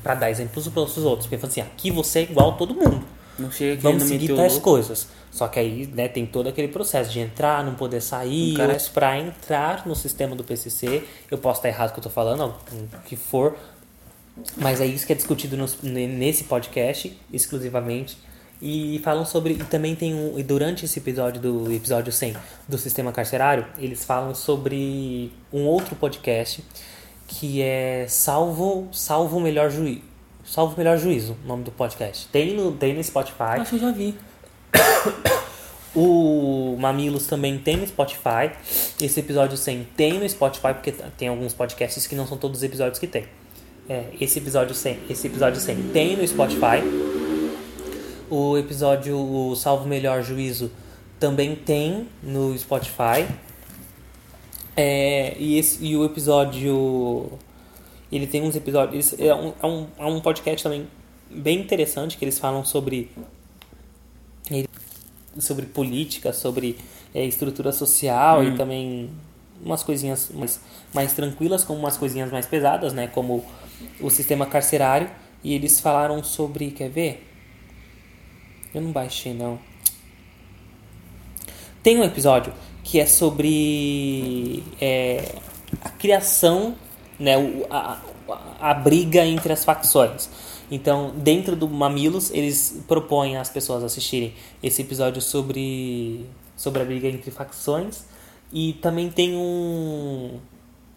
Speaker 2: Pra dar exemplos para os outros. Porque ele fala assim: aqui você é igual a todo mundo.
Speaker 3: Não chega aqui
Speaker 2: Vamos
Speaker 3: no
Speaker 2: seguir
Speaker 3: meteu
Speaker 2: tais
Speaker 3: louco.
Speaker 2: coisas. Só que aí né, tem todo aquele processo de entrar, não poder sair.
Speaker 3: Um cara-
Speaker 2: Mas pra entrar no sistema do PCC, eu posso estar errado com o que eu tô falando, ó, o que for. Mas é isso que é discutido nos- ne- nesse podcast, exclusivamente. E falam sobre. E também tem um. E durante esse episódio do episódio 100 do sistema carcerário, eles falam sobre um outro podcast que é Salvo, Salvo o Melhor Juízo. Salvo o Melhor Juízo, o nome do podcast. Tem no, tem no Spotify.
Speaker 3: Acho que eu já vi.
Speaker 2: O Mamilos também tem no Spotify. Esse episódio 100 tem no Spotify, porque t- tem alguns podcasts que não são todos os episódios que tem. É, esse episódio 100, esse episódio 100 tem no Spotify. O episódio o Salvo Melhor Juízo também tem no Spotify. É, e, esse, e o episódio. Ele tem uns episódios. eles- É um, é, um, é um podcast também bem interessante que eles falam sobre sobre política, sobre eh, estrutura social e também umas coisinhas mais, mais tranquilas, como umas coisinhas mais pesadas, né? Como o sistema carcerário. E eles falaram sobre. Quer ver? Eu não baixei, não. Tem um episódio que é sobre é, a criação, né, o- a, a, a briga entre as facções. Então, dentro do Mamilos, eles propõem às pessoas assistirem esse episódio sobre, sobre a briga entre facções. E também tem um.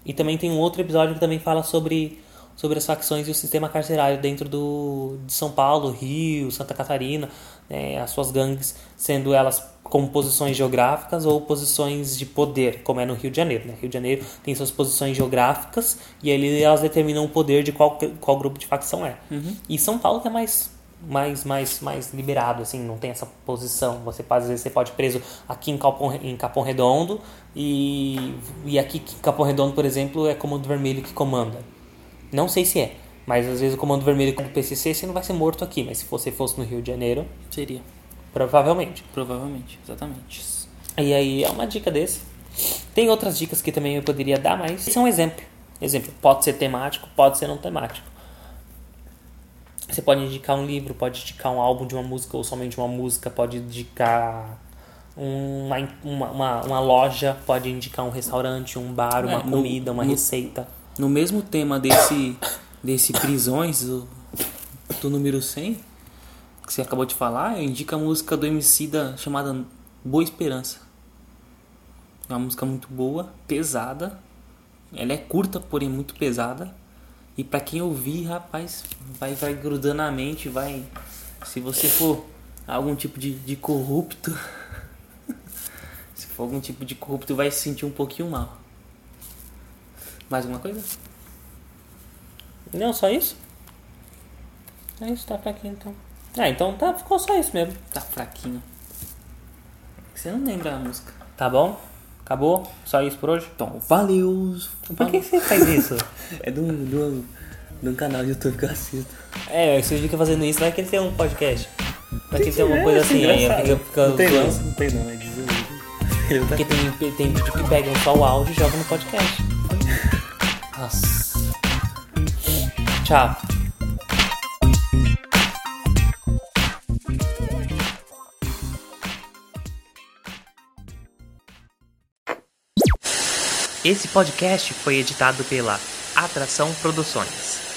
Speaker 2: E também tem um outro episódio que também fala sobre, sobre as facções e o sistema carcerário dentro do, de São Paulo, Rio, Santa Catarina, né, as suas gangues, sendo elas com posições geográficas ou posições de poder, como é no Rio de Janeiro. Né? Rio de Janeiro tem suas posições geográficas e ali elas determinam o poder de qual, qual grupo de facção é. E São Paulo que é mais mais mais mais liberado assim não tem essa posição você pode às vezes você pode ir preso aqui em Capão, em Capão Redondo e e aqui em Capão Redondo por exemplo é Comando Vermelho que comanda não sei se é mas às vezes o Comando Vermelho com o PCC você não vai ser morto aqui mas se você fosse no Rio de Janeiro
Speaker 3: Seria.
Speaker 2: provavelmente
Speaker 3: Provavelmente. Exatamente.
Speaker 2: e aí é uma dica desse. Tem outras dicas que também eu poderia dar, mas esse é um exemplo. Exemplo, pode ser temático, pode ser não temático. Você pode indicar um livro, pode indicar um álbum de uma música ou somente uma música, pode indicar uma, uma, uma, uma loja, pode indicar um restaurante, um bar, uma
Speaker 3: É, no-
Speaker 2: comida, uma
Speaker 3: no-
Speaker 2: receita.
Speaker 3: No mesmo tema desse, desse Prisões, do, do número 100, que você acabou de falar, eu indico a música do MC da chamada Boa Esperança. É uma música muito boa, pesada. Ela é curta, porém muito pesada. E pra quem ouvir, rapaz, vai, vai grudando na mente, vai. Se você for algum tipo de, de corrupto. <laughs> se for algum tipo de corrupto, vai se sentir um pouquinho mal. Mais alguma coisa?
Speaker 2: Não, só isso? É isso, tá pra aqui então. Ah, então tá, ficou só isso mesmo.
Speaker 3: Tá fraquinho. Você não lembra a música.
Speaker 2: Tá bom? Acabou? Só isso por hoje?
Speaker 3: Então, valeu!
Speaker 2: Por que você faz <laughs> isso?
Speaker 3: É do, do, do canal do YouTube que eu assisto.
Speaker 2: É, se eu fica fazendo isso, vai que ele tem um podcast. Mas tem que ser uma coisa assim, aí fica, fica
Speaker 3: É Não tem
Speaker 2: zoando.
Speaker 3: não, não tem não, é desumilde.
Speaker 2: Porque tem, tem vídeo que pegam só o áudio e jogam no podcast. Nossa. Tchau. Esse podcast foi editado pela Atração Produções.